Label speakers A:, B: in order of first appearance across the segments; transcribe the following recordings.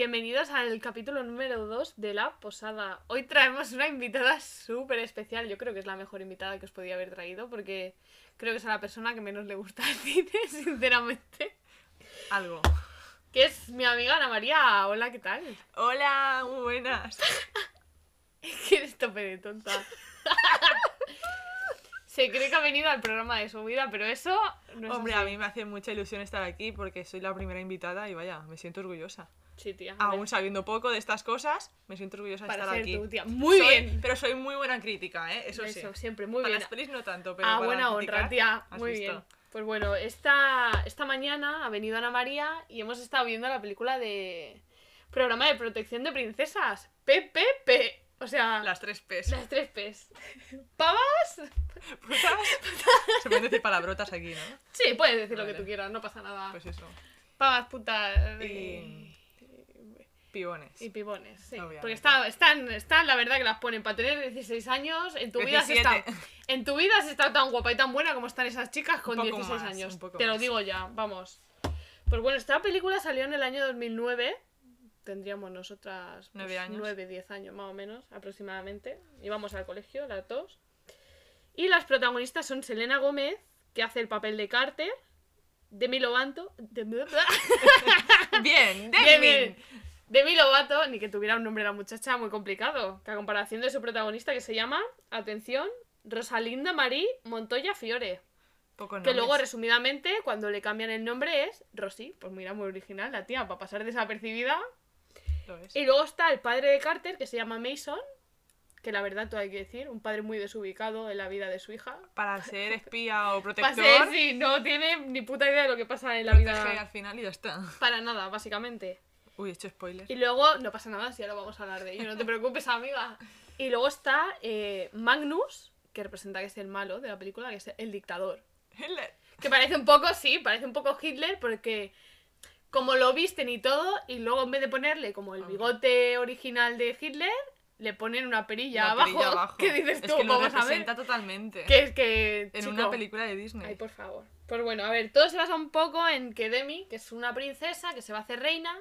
A: Bienvenidos al capítulo número 2 de La Posada. Hoy traemos una invitada súper especial. Yo creo que es la mejor invitada que os podía haber traído porque creo que es a la persona que menos le gusta el cine, sinceramente.
B: Algo.
A: Que es mi amiga Ana María. Hola, ¿qué tal?
B: Hola, muy buenas.
A: Que eres tope de tonta. Se cree que ha venido al programa de su vida, pero eso no es
B: Hombre,
A: así.
B: a mí me hace mucha ilusión estar aquí porque soy la primera invitada y vaya, me siento orgullosa.
A: Sí, tía. a ver,
B: Aún sabiendo poco de estas cosas, me siento orgullosa de
A: para
B: estar
A: ser
B: aquí.
A: tú, tía. Muy
B: Soy-
A: bien.
B: Pero soy muy buena en crítica, ¿eh? Eso, sí.
A: Eso, siempre, muy
B: para
A: bien.
B: las pelis no tanto, pero
A: Ah,
B: para
A: buena honra,
B: criticar,
A: tía.
B: has
A: Muy
B: visto.
A: bien. Pues bueno, esta, esta mañana ha venido Ana María y hemos estado viendo la película de. Programa de protección de princesas. PPP. O sea, las,
B: Las tres P's.
A: tres P's. ¿Pavas?
B: Putas. Se pueden decir palabrotas aquí, ¿no?
A: Sí, puedes decir lo
B: Vale.
A: que tú quieras, no pasa nada.
B: Pues eso.
A: Pavas, putas.
B: Y-
A: Y...
B: Pibones.
A: y pibones, sí.
B: Obviamente.
A: Porque está- están, están, la verdad que las ponen para tener 16 años. En tu vida has
B: 17.
A: estado, en tu vida has estado tan guapa y tan buena como están esas chicas con
B: poco
A: 16
B: más,
A: años.
B: un poco
A: Te lo
B: más.
A: digo ya, vamos. Pues bueno, esta película salió en el año 2009. Tendríamos nosotras pues,
B: Nueve años.
A: 9, 10 años más o menos aproximadamente. Íbamos al colegio, las dos. Y las protagonistas son Selena Gómez, que hace el papel de Carter, Demi Lovato, Demi-
B: Bien,
A: Bien,
B: Demi.
A: bien. Demi Lovato, ni que tuviera un nombre la muchacha muy complicado, que a comparación de su protagonista que se llama, atención, Rosalinda Marí Montoya Fiore,
B: Poco
A: que luego
B: nombres.
A: resumidamente cuando le cambian el nombre es Rosy, pues mira, muy original la tía, para pasar desapercibida.
B: Lo es.
A: Y luego está el padre de Carter que se llama Mason, que la verdad todo hay que decir, un padre muy desubicado en la vida de su hija.
B: Para ser espía o protector,
A: Pase, sí, no tiene ni puta idea de lo que pasa en la
B: protege
A: vida.
B: al final y ya está.
A: Para nada, básicamente.
B: Uy, he hecho spoiler.
A: Y luego, no pasa nada si ahora vamos a hablar de ello, no te preocupes, amiga. Y luego está eh, Magnus, que representa que es el malo de la película, que es el dictador.
B: Hitler.
A: Que parece un poco, sí, parece un poco Hitler, porque como lo visten y todo, y luego en vez de ponerle como el
B: Hombre.
A: bigote original de Hitler, le ponen una perilla,
B: La
A: abajo,
B: perilla abajo.
A: ¿Qué dices tú?
B: Es que lo
A: vamos a ver.
B: representa totalmente.
A: Que es que.
B: En
A: chico,
B: una película de Disney.
A: Ay, por favor. Pues bueno, a ver, todo se basa un poco en que Demi, que es una princesa, que se va a hacer reina,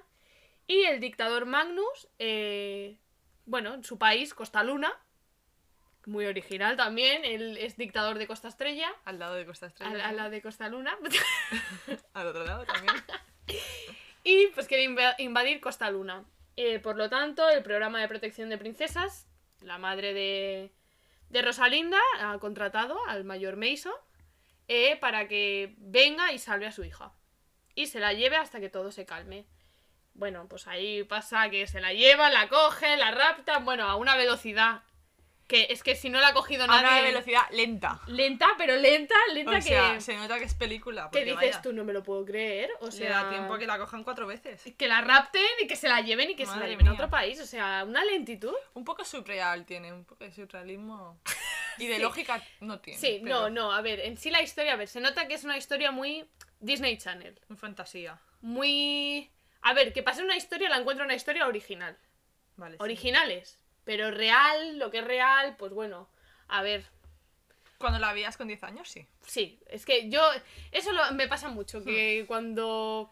A: y el dictador Magnus, eh, bueno, en su país, Costa Luna, muy original también, él es dictador de Costa Estrella,
B: Al lado de Costa
A: a
B: Estrella.
A: la, a la de Costa Luna,
B: Al otro lado también.
A: y pues quiere inva- invadir Costa Luna. Eh, por lo tanto, el programa de protección de princesas, la madre de, de Rosalinda, ha contratado al mayor Mason eh, para que venga y salve a su hija. Y se la lleve hasta que todo se calme. Bueno, pues ahí pasa que se la lleva, la coge, la raptan, bueno, a una velocidad. Que es que si no la ha cogido
B: A una
A: nadie...
B: velocidad lenta.
A: Lenta, pero lenta, lenta
B: O sea,
A: que...
B: se nota que es película.
A: Que
B: porque
A: dices
B: vaya,
A: tú, no me lo puedo creer. O sea,
B: Le da tiempo a que la cojan cuatro veces.
A: que la rapten y que se la lleven y que se la
B: Madre
A: lleven a
B: mía.
A: otro país. O sea, una lentitud.
B: Un poco surreal tiene, un poco de surrealismo. Y de lógica no tiene.
A: Sí,
B: pero
A: no, no. A ver, en sí la historia, a ver, se nota que es una historia muy Disney Channel.
B: Muy fantasía.
A: Muy... A ver, que pase una historia, la encuentro una historia original.
B: Vale. sí.
A: Originales. Pero real, lo que es real, pues bueno. A ver,
B: Cuando la veías con 10 años, sí.
A: sí. Es que yo... Eso lo- me pasa mucho,
B: Hmm.
A: que cuando...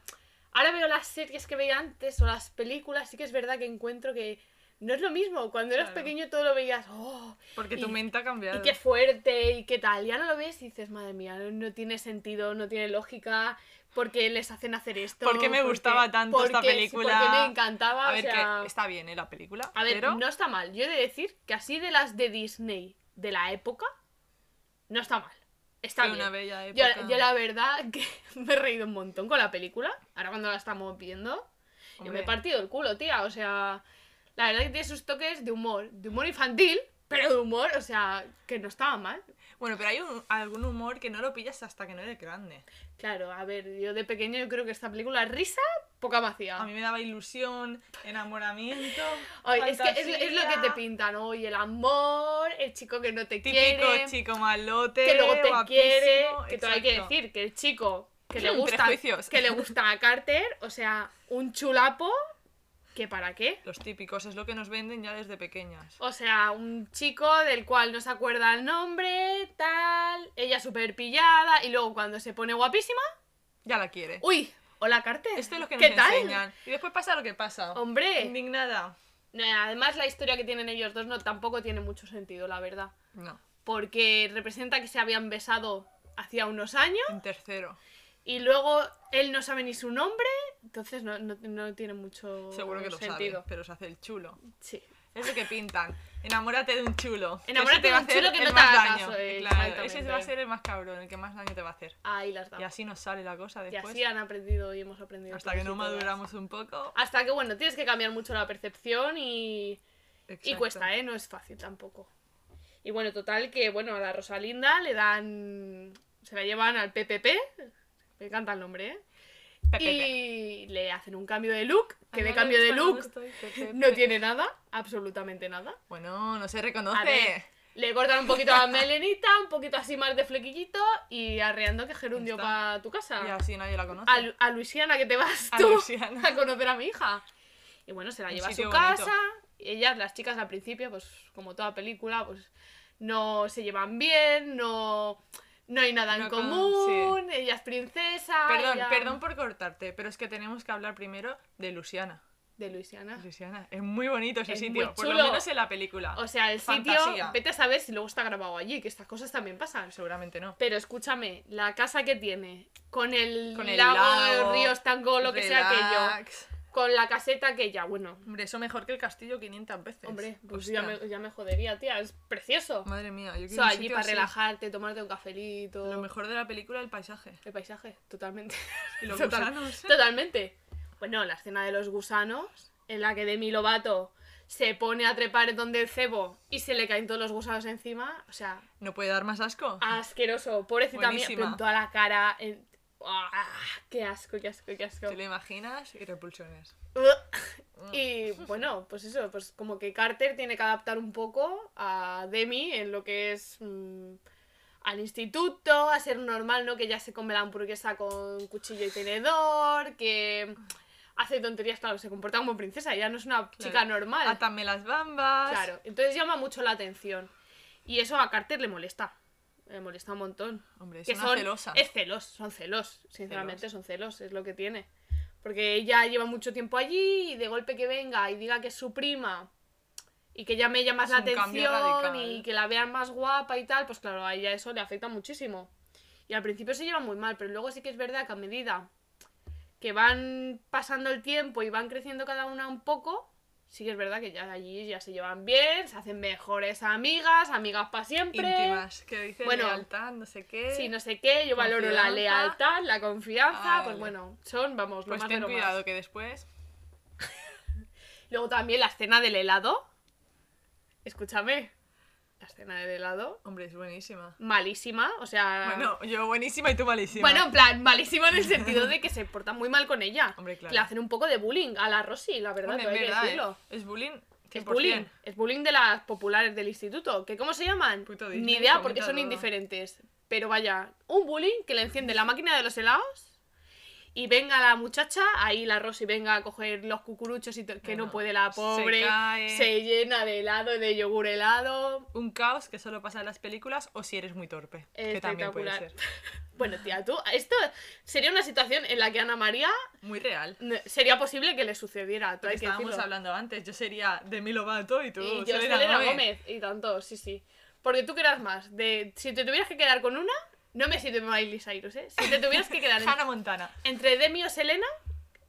A: Ahora veo las series que veía antes o las películas, sí que es verdad que encuentro que... No es lo mismo, cuando eras
B: Claro.
A: pequeño todo lo veías, oh,
B: Porque tu
A: Y-
B: mente ha cambiado.
A: Y qué fuerte y qué tal. Ya no lo ves y dices, madre mía, no, no tiene sentido, no tiene lógica. ¿Por qué les hacen hacer esto?
B: ¿Por qué me gustaba tanto esta
A: porque-
B: película?
A: Porque me encantaba.
B: a
A: o
B: ver,
A: sea,
B: que está bien, ¿eh? La película.
A: a ver,
B: pero
A: no está mal. Yo he de decir que así de las de Disney de la época, no está mal. Está
B: fue
A: bien.
B: una bella
A: Yo,
B: época.
A: yo la verdad que me he reído un montón con la película. Ahora cuando la estamos viendo, yo me
B: Hombre.
A: he partido el culo, tía. O sea, la verdad que tiene sus toques de humor. De humor infantil, pero de humor, o sea, que no estaba mal.
B: Bueno, pero hay un- algún humor que no lo pillas hasta que no eres grande.
A: Claro, a ver, yo de pequeño yo creo que esta película risa, poca
B: A
A: macía.
B: mí me daba ilusión, enamoramiento.
A: Ay, es que es,
B: fantasía.
A: es lo que te pintan hoy, el amor, el chico que no te
B: Típico
A: quiere,
B: chico malote.
A: que luego te
B: guapísimo,
A: quiere, que todo hay que
B: exacto.
A: decir, que el chico que le gusta,
B: Prejuicios.
A: que le gusta a Carter, o sea, un chulapo, que para qué.
B: Los típicos, es lo que nos venden ya desde pequeñas.
A: O sea, un chico del cual no se acuerda el nombre, tal, ella súper pillada, y luego cuando se pone guapísima,
B: Ya la quiere.
A: uy, Hola, Carter.
B: Esto es lo que
A: ¿Qué
B: nos
A: tal?
B: enseñan. Y después pasa lo que pasa.
A: Hombre,
B: Indignada.
A: no, además la historia que tienen ellos dos no tampoco tiene mucho sentido, la verdad.
B: No.
A: Porque representa que se habían besado hacía unos años
B: En tercero.
A: y luego él no sabe ni su nombre, entonces no, no- no tiene mucho
B: Seguro que lo
A: sentido.
B: sabe, pero se hace el chulo.
A: Sí.
B: Es lo que pintan. Enamórate de un chulo. que
A: Enamórate
B: ese te
A: de
B: va
A: un
B: a hacer
A: chulo que
B: el
A: no te
B: más
A: haga
B: daño.
A: caso, eh,
B: Claro, ese
A: exactamente.
B: va a ser el más cabrón, el que más daño te va a hacer.
A: Ahí las
B: Y
A: damos.
B: así nos sale la cosa
A: Y
B: después.
A: así Ah, han aprendido y hemos aprendido.
B: pues. hasta
A: todos
B: que no
A: y todas.
B: maduramos un poco.
A: Hasta que, bueno, tienes que cambiar mucho la percepción y, y
B: Exacto.
A: cuesta, ¿eh? No es fácil tampoco. Y bueno, total que, bueno, a la Rosalinda le dan... Se la llevan al PPP. Me encanta el nombre, ¿eh?
B: Pe, pe, pe.
A: Y le hacen un cambio de look, que
B: Ay,
A: de
B: Ah, no,
A: cambio
B: no,
A: de
B: esto
A: look
B: no estoy, pe, pe,
A: no
B: pe.
A: tiene nada, absolutamente nada.
B: Bueno, no se
A: A ver,
B: reconoce.
A: le cortan un poquito la melenita, un poquito así más de flequillito y arreando que gerundio
B: Ya
A: para tu casa.
B: Y así nadie la conoce. Ah,
A: a, Lu- a Luisiana que te vas
B: A
A: Ah. tú
B: Luisiana.
A: a conocer a mi hija. Y bueno, se la
B: Un
A: lleva a su
B: sitio
A: casa.
B: bonito.
A: Ellas, las chicas al principio, pues como toda película, pues no se llevan bien, no, no hay nada en
B: No con-
A: común, ella es princesa.
B: Perdón,
A: ella-
B: perdón por cortarte, pero es que tenemos que hablar primero de Luciana.
A: De Luisiana.
B: Luciana, es muy bonito ese
A: Ah. Es muy
B: sitio, por lo
A: chulo.
B: menos en la película.
A: O sea, el sitio,
B: Fantasía.
A: vete a saber si luego está grabado allí, que estas cosas también pasan.
B: Seguramente no.
A: Pero escúchame, la casa que tiene, con el,
B: Con el
A: lago,
B: lago,
A: el río estango, lo que sea aquello,
B: Relax.
A: con la caseta aquella, bueno,
B: Hombre, eso mejor que el castillo 500 veces.
A: Hombre, pues ya
B: Hostia.
A: me, ya me jodería, tía, es precioso.
B: Madre mía, yo
A: O
B: quiero
A: sea,
B: un
A: allí
B: sitio
A: para
B: así.
A: relajarte, tomarte un
B: Lo
A: cafelito.
B: mejor de la película, el paisaje.
A: El paisaje, totalmente.
B: Y los
A: Total-
B: gusanos.
A: Totalmente. Bueno, la escena de los gusanos, en la que Demi Lovato se pone a trepar donde el cebo y se le caen todos los gusanos encima. O sea,
B: ¿No puede dar más asco?
A: asqueroso, pobrecita mía,
B: Buenísima.
A: pero en toda la cara. en- ¡Ah! ¡Qué asco, qué asco, qué asco!
B: Te lo imaginas y repulsiones.
A: Y bueno, pues eso, pues como que Carter tiene que adaptar un poco a Demi en lo que es mm, al instituto, a ser normal, ¿no? Que ya se come la hamburguesa con cuchillo y tenedor, que hace tonterías, claro, se comporta como princesa, ya no es una chica normal.
B: Atame las bambas.
A: Claro, entonces llama mucho la atención. Y eso a Carter le molesta, le molesta un montón.
B: Hombre, es
A: Que
B: una
A: son-
B: celosa.
A: Es celos, son celos, sinceramente son celos, es lo que tiene. Porque ella lleva mucho tiempo allí y de golpe que venga y diga que es su prima y que llame ella más
B: Es
A: la
B: un cambio
A: atención y
B: radical. ¿eh?
A: que la vean más guapa y tal, pues claro, a ella eso le afecta muchísimo. Y al principio se lleva muy mal, pero luego sí que es verdad que a medida que van pasando el tiempo y van creciendo cada una un poco, sí que es verdad que ya allí ya se llevan bien, se hacen mejores amigas, amigas para siempre.
B: Íntimas, que dicen
A: Bueno.
B: lealtad, no sé qué.
A: Sí, no sé qué, yo valoro la
B: Eh, Confianza.
A: lealtad, la confianza,
B: Ah,
A: pues
B: vale.
A: bueno, son, vamos, lo
B: Pues
A: más de
B: ten
A: lo
B: cuidado
A: más.
B: que después.
A: Luego también la escena del helado. Escúchame, la escena del helado,
B: Hombre, es buenísima.
A: malísima, o sea...
B: Bueno, yo buenísima y tú malísima.
A: Ah. bueno, en plan, malísima en el sentido de que se porta muy mal con ella.
B: Hombre, claro.
A: Le hacen un poco de bullying a la Rosy, la verdad,
B: Hombre,
A: todo hay
B: en
A: que
B: verdad, ¿eh?
A: decirlo.
B: Es bullying.
A: Es
B: 100%.
A: bullying, es bullying de las populares del instituto, que ¿cómo se llaman?
B: Puto
A: Ni
B: Disney,
A: idea
B: comenta
A: porque son
B: todo.
A: indiferentes. Pero vaya, un bullying que le enciende la máquina de los helados y venga la muchacha, ahí la Rosy venga a coger los cucuruchos y to- que no
B: Bueno,
A: puede la
B: se
A: pobre,
B: cae.
A: se llena de helado, y de yogur helado.
B: Un caos que solo pasa en las películas o si eres muy torpe. Que también puede
A: Espectacular.
B: ser.
A: Bueno, tía, tú, esto sería una situación en la que Ana María
B: Muy real.
A: n- sería posible que le sucediera. Tú
B: Lo que
A: hay que
B: estábamos
A: decirlo.
B: hablando antes, yo sería Demi Lovato y tú
A: Y yo,
B: Selena
A: Selena
B: Gomez.
A: Gómez. Y tanto, sí, sí. Porque tú quedas más. De, si te tuvieras que quedar con una, no me sirve Miley Cyrus, ¿eh? Si te tuvieras que quedar en-
B: Hannah Montana.
A: entre Demi o Selena,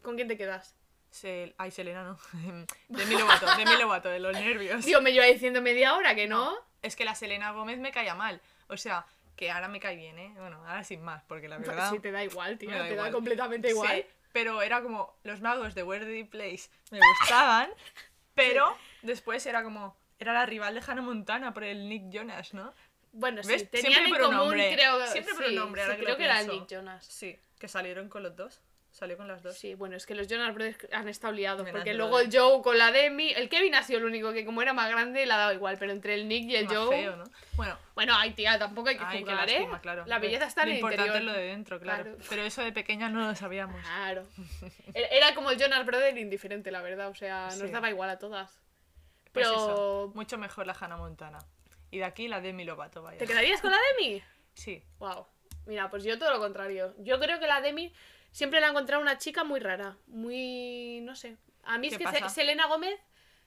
A: ¿con quién te quedas?
B: Sel- Ay, Selena no. Demi Lovato, Demi Lovato, de los nervios.
A: Digo, me lleva diciendo media hora que no.
B: Es que la Selena Gómez me caía mal. O sea, que ahora me cae bien, ¿eh? Bueno, ahora sin más, porque la verdad...
A: Pues Sí, te da igual, tío.
B: Me da
A: te da
B: igual.
A: completamente igual.
B: Sí, pero era como, los magos de Where Did Place me gustaban, pero después era como, era la rival de Hannah Montana por el Nick Jonas, ¿no?
A: Bueno, sí,
B: ¿Ves?
A: tenían
B: Siempre
A: en
B: por un
A: común,
B: hombre.
A: creo.
B: Siempre por
A: sí,
B: un hombre, ahora
A: sí,
B: que
A: creo
B: lo
A: que era
B: pienso.
A: Nick Jonas.
B: Sí, que salieron con los dos. Salió con las dos.
A: Sí, bueno, es que los Jonas Brothers han estado liados.
B: Me
A: porque
B: las
A: luego el Joe con la Demi. El Kevin ha sido el único que, como era más grande, le ha dado igual. Pero entre el Nick y el
B: Más
A: Joe.
B: feo, ¿no? Bueno,
A: Bueno, ay, tía, tampoco hay que
B: Ay, qué
A: juzgar, ¿eh?
B: lástima, claro.
A: La belleza está
B: lo
A: en el
B: importante
A: interior.
B: es lo de dentro, claro.
A: Claro.
B: Pero eso de pequeña no lo sabíamos.
A: Claro. Era- Era como el Jonas Brother indiferente, la verdad. O sea, nos
B: Sí.
A: daba igual a todas.
B: Pues
A: Pero...
B: eso, mucho mejor la Hannah Montana. Y de aquí la Demi Lovato, vaya.
A: ¿Te quedarías con la Demi?
B: Sí.
A: Wow. Mira, pues yo todo lo contrario. Yo creo que la Demi siempre la he encontrado una chica muy rara, muy... no sé. A mí es
B: ¿Qué
A: que Se-
B: pasa?
A: Selena Gómez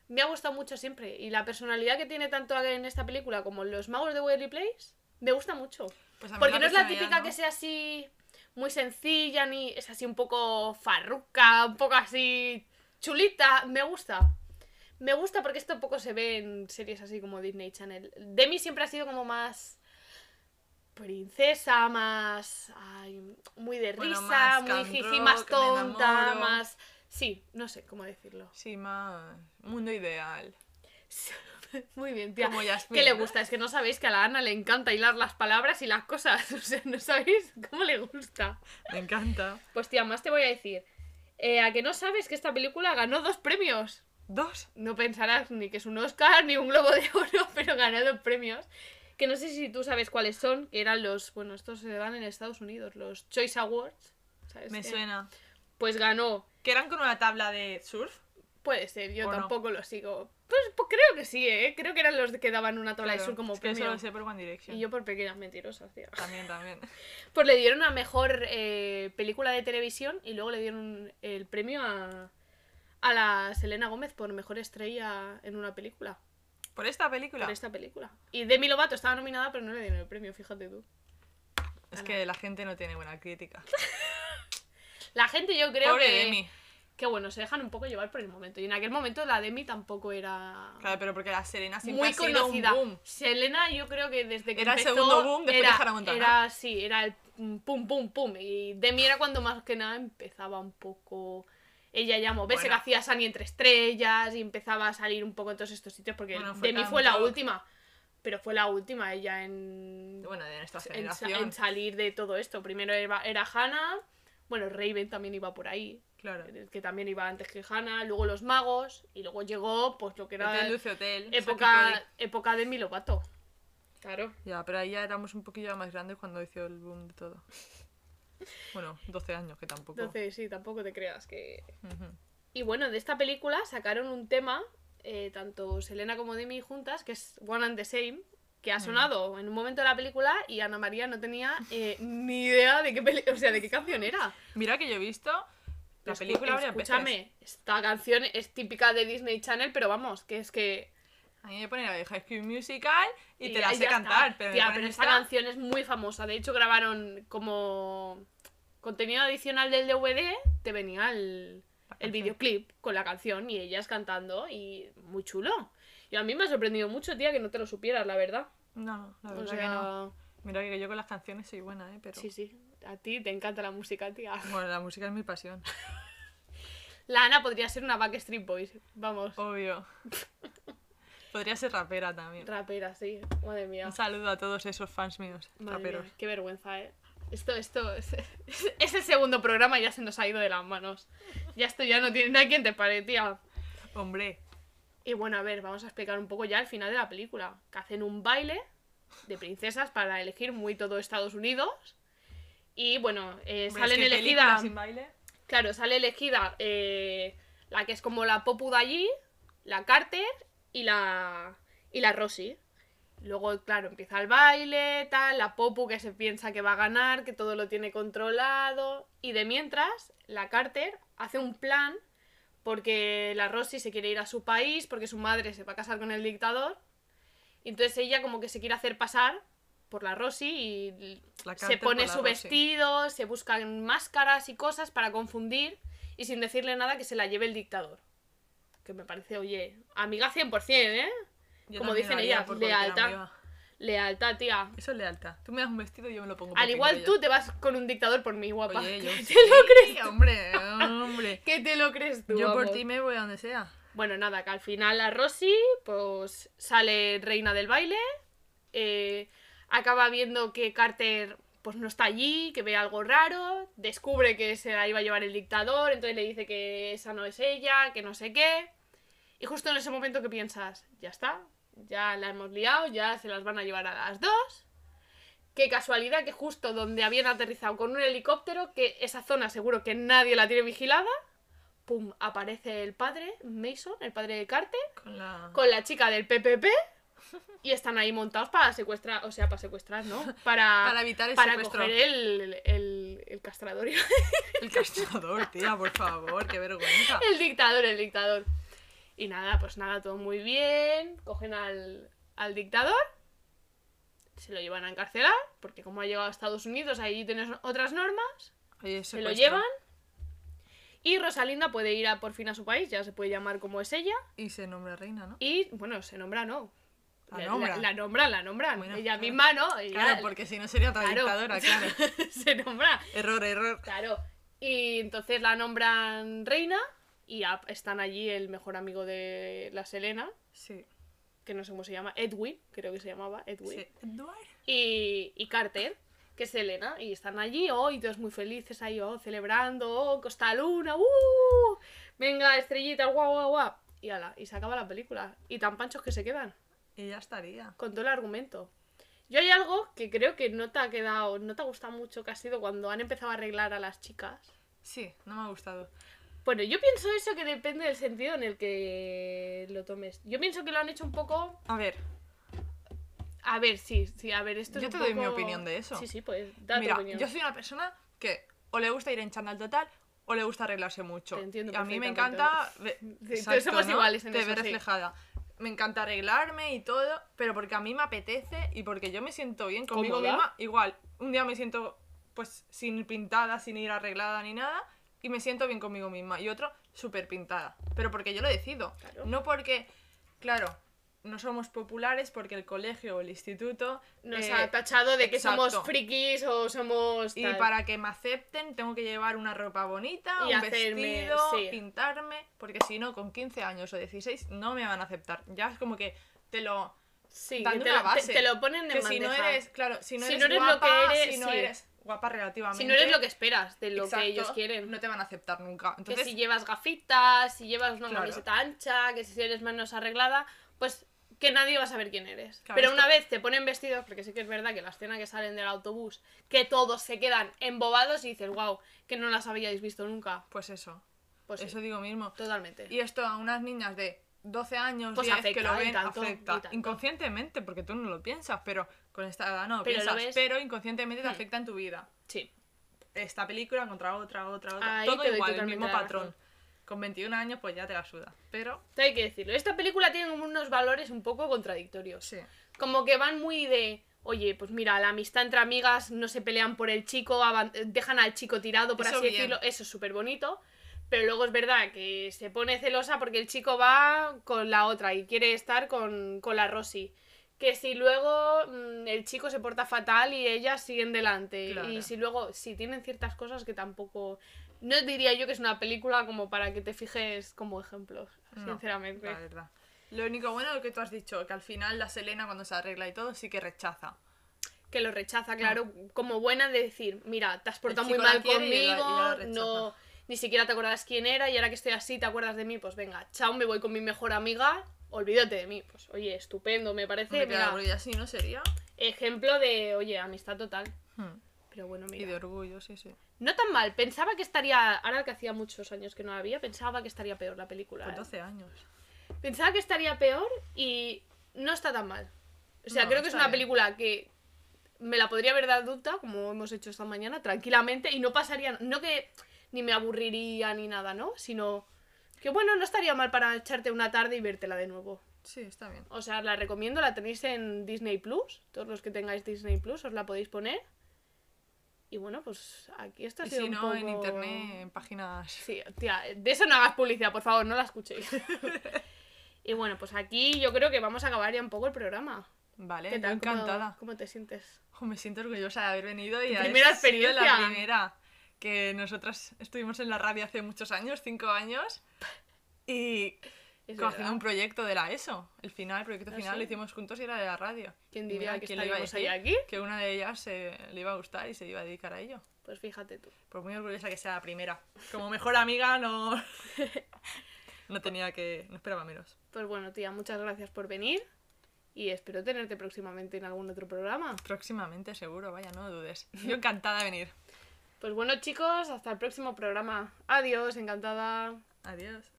A: me ha gustado mucho siempre y la personalidad que tiene tanto en esta película como en Los Magos de Waverly Place me gusta mucho.
B: Pues a mí
A: Porque no es la
B: personalidad,
A: típica
B: ¿no?
A: que sea así muy sencilla ni es así un poco farruca, un poco así chulita, me gusta. Me gusta porque esto poco se ve en series así como Disney Channel. Demi siempre ha sido como más princesa, más ay, muy de
B: Bueno,
A: risa,
B: más
A: muy
B: camp
A: jiji,
B: rock,
A: más
B: me
A: tonta,
B: enamoro.
A: más sí, no sé cómo decirlo.
B: Sí, más mundo ideal.
A: Muy bien, tía.
B: Como Yasmín,
A: ¿Qué le
B: ¿no?
A: gusta? Es que no sabéis que a la Ana le encanta hilar las palabras y las cosas. O sea, no sabéis cómo le gusta.
B: Me encanta.
A: Pues tía, más te voy a decir. Eh, a que no sabes que esta película ganó dos premios.
B: Dos.
A: No pensarás ni que es un Oscar ni un Globo de Oro, pero ganó dos premios. Que no sé si tú sabes cuáles son, que eran los. Bueno, estos se dan en Estados Unidos, los Choice Awards. ¿sabes?
B: Me
A: Eh,
B: suena.
A: Pues ganó.
B: Que eran con una tabla de surf.
A: Puede ser, yo
B: ¿O no?
A: tampoco lo sigo. Pues, pues creo que sí, ¿eh? Creo que eran los que daban una tabla de
B: Claro,
A: sur como
B: es que eso
A: premio.
B: lo sé por One Direction.
A: Y yo por pequeñas mentirosas, tía.
B: También, también.
A: Pues le dieron a mejor eh, película de televisión y luego le dieron el premio a, a la Selena Gómez por mejor estrella en una película.
B: Por esta película.
A: Por esta película. Y Demi Lovato estaba nominada, pero no le dieron el premio, fíjate tú.
B: Es que la gente no tiene buena crítica.
A: La gente, yo creo
B: Pobre
A: que.
B: Demi.
A: Que bueno, se dejan un poco llevar por el momento. Y en aquel momento la Demi tampoco era.
B: Claro, pero porque la Serena siempre
A: muy
B: ha sido un
A: conocida.
B: boom.
A: Selena, yo creo que desde que
B: Era el
A: empezó,
B: segundo boom después de
A: era,
B: Hannah Montana.
A: Era, sí, era el pum, pum, pum, pum. Y Demi era cuando más que nada empezaba un poco. Ella ya a moverse,
B: Bueno.
A: que hacía Sunny entre estrellas y empezaba a salir un poco en todos estos sitios porque
B: Bueno, fue
A: Demi
B: tanto.
A: fue la última. Pero fue la última ella en,
B: Bueno, de nuestra
A: en, sa-
B: generación.
A: en salir de todo esto. Primero era, era Hannah, bueno, Raven también iba por ahí,
B: Claro.
A: que también iba antes que Hannah, luego los magos y luego llegó pues lo que era
B: Hotel Luce Hotel. Saki
A: época,
B: Cody.
A: época de Milovato. Claro.
B: Ya, pero ahí ya éramos un poquillo más grandes cuando hizo el boom de todo. Bueno, 12 años, que tampoco.
A: Entonces, sí, tampoco te creas que.
B: Ujú.
A: Y bueno, de esta película sacaron un tema, eh, tanto Selena como Demi juntas, que es One and the Same, que ha sonado en un momento de la película y Ana María no tenía eh, ni idea de qué, peli- o sea, de qué canción era.
B: Mira que yo he visto la
A: Escu-
B: película varias veces.
A: Escúchame, esta canción es típica de Disney Channel, pero vamos, que es que.
B: A mí me pone la de High School Musical y, te la
A: ahí
B: sé
A: ya está.
B: cantar, pero, me
A: Tía,
B: ponen
A: pero esta canción es muy famosa. De hecho, grabaron como contenido adicional del DVD, te venía el, el
B: La canción.
A: videoclip con la canción y ellas cantando y muy chulo. Y a mí me ha sorprendido mucho, tía, que no te lo supieras, la verdad.
B: No, la
A: O
B: verdad
A: sea,
B: que no. Mira que yo con las canciones soy buena, ¿eh? Pero...
A: sí, sí. A ti te encanta la música, tía.
B: Bueno, la música es mi pasión,
A: La Ana podría ser una Backstreet Boys. Vamos.
B: obvio. Podría ser rapera también.
A: Rapera, sí. Madre mía.
B: Un saludo a todos esos fans míos,
A: Madre mía,
B: raperos.
A: qué vergüenza, ¿eh? Esto, esto, es, es el segundo programa y ya se nos ha ido de las manos. Ya esto ya no tiene, no hay quien te pare, tía.
B: Hombre,
A: Y bueno, a ver, vamos a explicar un poco ya el final de la película. Que hacen un baile de princesas para elegir muy todo Estados Unidos. Y bueno, eh,
B: hombre,
A: salen
B: es que película
A: elegidas...
B: sin baile.
A: Claro, sale elegida eh, la que es como la Popu de allí, la Carter y la, y la Rosie. Luego, claro, empieza el baile, tal, la Popu que se piensa que va a ganar, que todo lo tiene controlado. Y de mientras, la Carter hace un plan porque la Rosie se quiere ir a su país, porque su madre se va a casar con el dictador. Y entonces ella como que se quiere hacer pasar por la Rosie y
B: La
A: se
B: Carter
A: pone
B: por la
A: su
B: Rosy.
A: vestido, se buscan máscaras y cosas para confundir y sin decirle nada que se la lleve el dictador. Que me parece, oye, amiga 100%, ¿eh?
B: Yo
A: como
B: también
A: dicen
B: lo haría
A: ellas,
B: por cualquier
A: lealtad.
B: amiga.
A: Lealtad, tía.
B: Eso es lealtad. Tú me das un vestido y yo me lo pongo.
A: Al
B: porque
A: igual
B: yo-
A: tú te vas con un dictador por mí, guapa.
B: Oye, yo
A: ¿Qué
B: sí,
A: te lo crees?
B: hombre, hombre.
A: ¿Qué te lo crees tú?
B: Yo por
A: vamos?
B: ti me voy a donde sea.
A: Bueno, nada, que al final la Rosy, pues sale reina del baile, eh, acaba viendo que Carter pues no está allí, que ve algo raro, descubre que se la iba a llevar el dictador, entonces le dice que esa no es ella, que no sé qué. Y justo en ese momento que piensas, ya está, ya la hemos liado, ya se las van a llevar a las dos. Qué casualidad que justo donde habían aterrizado con un helicóptero, que esa zona seguro que nadie la tiene vigilada, pum, aparece el padre, Mason, el padre de Carter,
B: Con la...
A: con la chica del PPP y están ahí montados para secuestrar, o sea, para secuestrar, ¿no? Para,
B: Para evitar el
A: para
B: secuestro.
A: coger el, el- el castrador, iba
B: El castrador, tía, por favor, qué vergüenza.
A: El dictador, el dictador. Y nada, pues nada, todo muy bien. Cogen al, al dictador, se lo llevan a encarcelar, porque como ha llegado a Estados Unidos, ahí tienes otras normas.
B: Oye,
A: Se lo
B: secuestro.
A: llevan. Y Rosalinda puede ir a, por fin a su país, ya se puede llamar como es ella.
B: Y se nombra reina, ¿no?
A: Y bueno, se nombra, no. Eh,
B: La
A: La,
B: nombra.
A: la- la nombran, la nombran.
B: Bueno,
A: ella
B: claro.
A: misma, ¿no? Ella-
B: Claro, porque si no sería otra
A: claro.
B: dictadora, claro.
A: se nombra.
B: Error, error.
A: Claro. Y entonces la nombran reina y a- están allí el mejor amigo de la Selena,
B: Sí.
A: que no sé cómo se llama, Edwin, creo que se llamaba Edwin.
B: sí. Eduard.
A: Y, y Carter, que es Selena, y están allí, oh, y todos muy felices ahí, oh, celebrando, oh, Costa Luna, uh, venga, estrellita, guau, guau, guau. Y ala, y se acaba la película. Y tan panchos que se quedan,
B: Y ya estaría.
A: con todo el argumento. Yo hay algo que creo que no te ha quedado, no te ha gustado mucho, que ha sido cuando han empezado a arreglar a las chicas.
B: Sí, no me ha gustado.
A: Bueno, yo pienso eso que depende del sentido en el que lo tomes. Yo pienso que lo han hecho un poco.
B: A ver,
A: A ver, sí, sí, a ver, esto es
B: Yo
A: un
B: te doy mi
A: poco-
B: opinión de eso.
A: Sí, sí, pues da
B: Mira,
A: tu opinión.
B: yo soy una persona que o le gusta ir en chándal total o le gusta arreglarse mucho.
A: Te entiendo
B: y a mí me
A: perfectamente.
B: encanta... ve-
A: Sí, entonces somos iguales en
B: Te
A: eso,
B: ver
A: sí.
B: reflejada. Me encanta arreglarme y todo, pero porque a mí me apetece y porque yo me siento bien conmigo
A: ¿Cómoda?
B: misma. Igual, un día me siento pues sin pintada, sin ir arreglada ni nada y me siento bien conmigo misma. Y otro, súper pintada. Pero porque yo lo decido.
A: Claro.
B: No porque, claro... No somos populares porque el colegio o el instituto
A: Nos
B: eh,
A: ha tachado de que
B: exacto.
A: somos frikis o somos.
B: y
A: tal.
B: para que me acepten tengo que llevar una ropa bonita,
A: Y
B: un
A: hacerme,
B: vestido,
A: sí.
B: pintarme, porque si no, con 15 años o 16 no me van a aceptar. Ya es como que te lo...
A: Sí, que
B: dando
A: te,
B: una
A: lo-
B: base.
A: Te, te lo ponen de
B: Que si no
A: bandeja.
B: eres, claro, si no
A: Si
B: eres,
A: no eres lo
B: guapa,
A: que eres,
B: si no
A: sí.
B: eres guapa relativamente...
A: Si no eres lo que esperas, de lo
B: exacto,
A: que ellos quieren.
B: No te van a aceptar nunca. Entonces,
A: Que si llevas gafitas, si llevas una
B: Claro.
A: camiseta ancha, que si eres menos arreglada, pues que nadie va a saber quién eres.
B: Claro,
A: Pero
B: esto-
A: una vez te ponen vestidos, porque sí que es verdad que la escena que salen del autobús, que todos se quedan embobados y dices, wow, que no las habíais visto nunca.
B: pues eso,
A: Pues sí,
B: eso digo mismo.
A: totalmente.
B: Y esto a unas niñas de 12 años,
A: Pues
B: 10, que
A: afecta,
B: lo
A: y
B: ven,
A: tanto, y
B: afecta.
A: tanto.
B: Inconscientemente, porque tú no lo piensas, pero con esta edad no lo
A: Pero lo
B: piensas.
A: ves.
B: Pero inconscientemente te
A: Hmm.
B: afecta en tu vida.
A: Sí,
B: esta película contra otra, otra, otra.
A: Ahí
B: todo
A: te doy
B: igual, el
A: totalmente
B: mismo
A: la
B: patrón.
A: razón.
B: Con 21 años, pues ya te la suda. Pero,
A: esto hay que decirlo. Esta película tiene unos valores un poco contradictorios.
B: sí.
A: como que van muy de oye pues mira la amistad entre amigas no se pelean por el chico aban- dejan al chico tirado por
B: Eso
A: así
B: bien.
A: decirlo eso es súper bonito pero luego es verdad que se pone celosa porque el chico va con la otra y quiere estar con, con la Rosy que si luego mm, el chico se porta fatal y ellas siguen delante
B: Claro.
A: y si luego si tienen ciertas cosas que tampoco no diría yo que es una película como para que te fijes como ejemplos
B: No,
A: sinceramente
B: La verdad. Lo único bueno es lo que tú has dicho, que al final la Selena cuando se arregla y todo sí que rechaza.
A: que lo rechaza, claro, como buena de decir, mira, te has portado muy
B: Ah. chico la
A: mal
B: quiere y la- y la
A: conmigo,
B: rechaza.
A: no, ni siquiera te acordabas quién era y ahora que estoy así te acuerdas de mí, pues venga, chao, me voy con mi mejor amiga, olvídate de mí. Pues oye, estupendo, me parece,
B: Hombre, claro,
A: mira,
B: porque así no sería.
A: ejemplo de, oye, amistad total.
B: Hmm.
A: Pero bueno,
B: Y de
A: mira,
B: orgullo, sí, sí.
A: no tan mal, pensaba que estaría, ahora que hacía muchos años que no la había, pensaba que estaría peor la película.
B: Con
A: ¿eh?
B: 12 Pues años.
A: Pensaba que estaría peor y no está tan mal. O sea,
B: No,
A: creo que es
B: está
A: una
B: bien.
A: película que me la podría ver de adulta, como hemos hecho esta mañana, tranquilamente, y no pasaría, no que ni me aburriría ni nada, ¿no? Sino que bueno, no estaría mal para echarte una tarde y vértela de nuevo.
B: Sí, está bien.
A: O sea, la recomiendo, la tenéis en Disney Plus, todos los que tengáis Disney Plus os la podéis poner. Y bueno, pues aquí esto ha
B: Y
A: sido
B: si
A: un
B: no, en
A: poco-
B: internet, en páginas...
A: Sí, tía, de eso no hagas publicidad, por favor, no la escuchéis. y bueno, pues aquí yo creo que vamos a acabar ya un poco el programa.
B: Vale,
A: ¿Qué
B: yo
A: tal? ¿Cómo-
B: encantada.
A: ¿Cómo, te sientes?
B: Jo, me siento orgullosa de haber venido y haber
A: primera
B: sido la
A: experiencia.
B: primera que nosotras estuvimos en la radio hace muchos años, cinco años, y
A: Es
B: co- haciendo
A: verdad.
B: un proyecto de la ESO. El final, el proyecto
A: ¿Ah,
B: final lo
A: sí?
B: hicimos juntos y era de la radio.
A: ¿Quién
B: Y
A: diría
B: mira,
A: que
B: ¿quién le iba a
A: estaríamos hoy
B: decir
A: aquí?
B: Que una de ellas se, le iba a gustar y se iba a dedicar a ello.
A: Pues fíjate tú.
B: Por muy orgullosa que sea la primera. Como mejor amiga no... no tenía que... no esperaba menos.
A: Pues bueno, tía, muchas gracias por venir y espero tenerte próximamente en algún otro programa.
B: Próximamente seguro, vaya, no dudes. Yo encantada de venir.
A: Pues bueno, chicos, hasta el próximo programa. Adiós, encantada.
B: Adiós.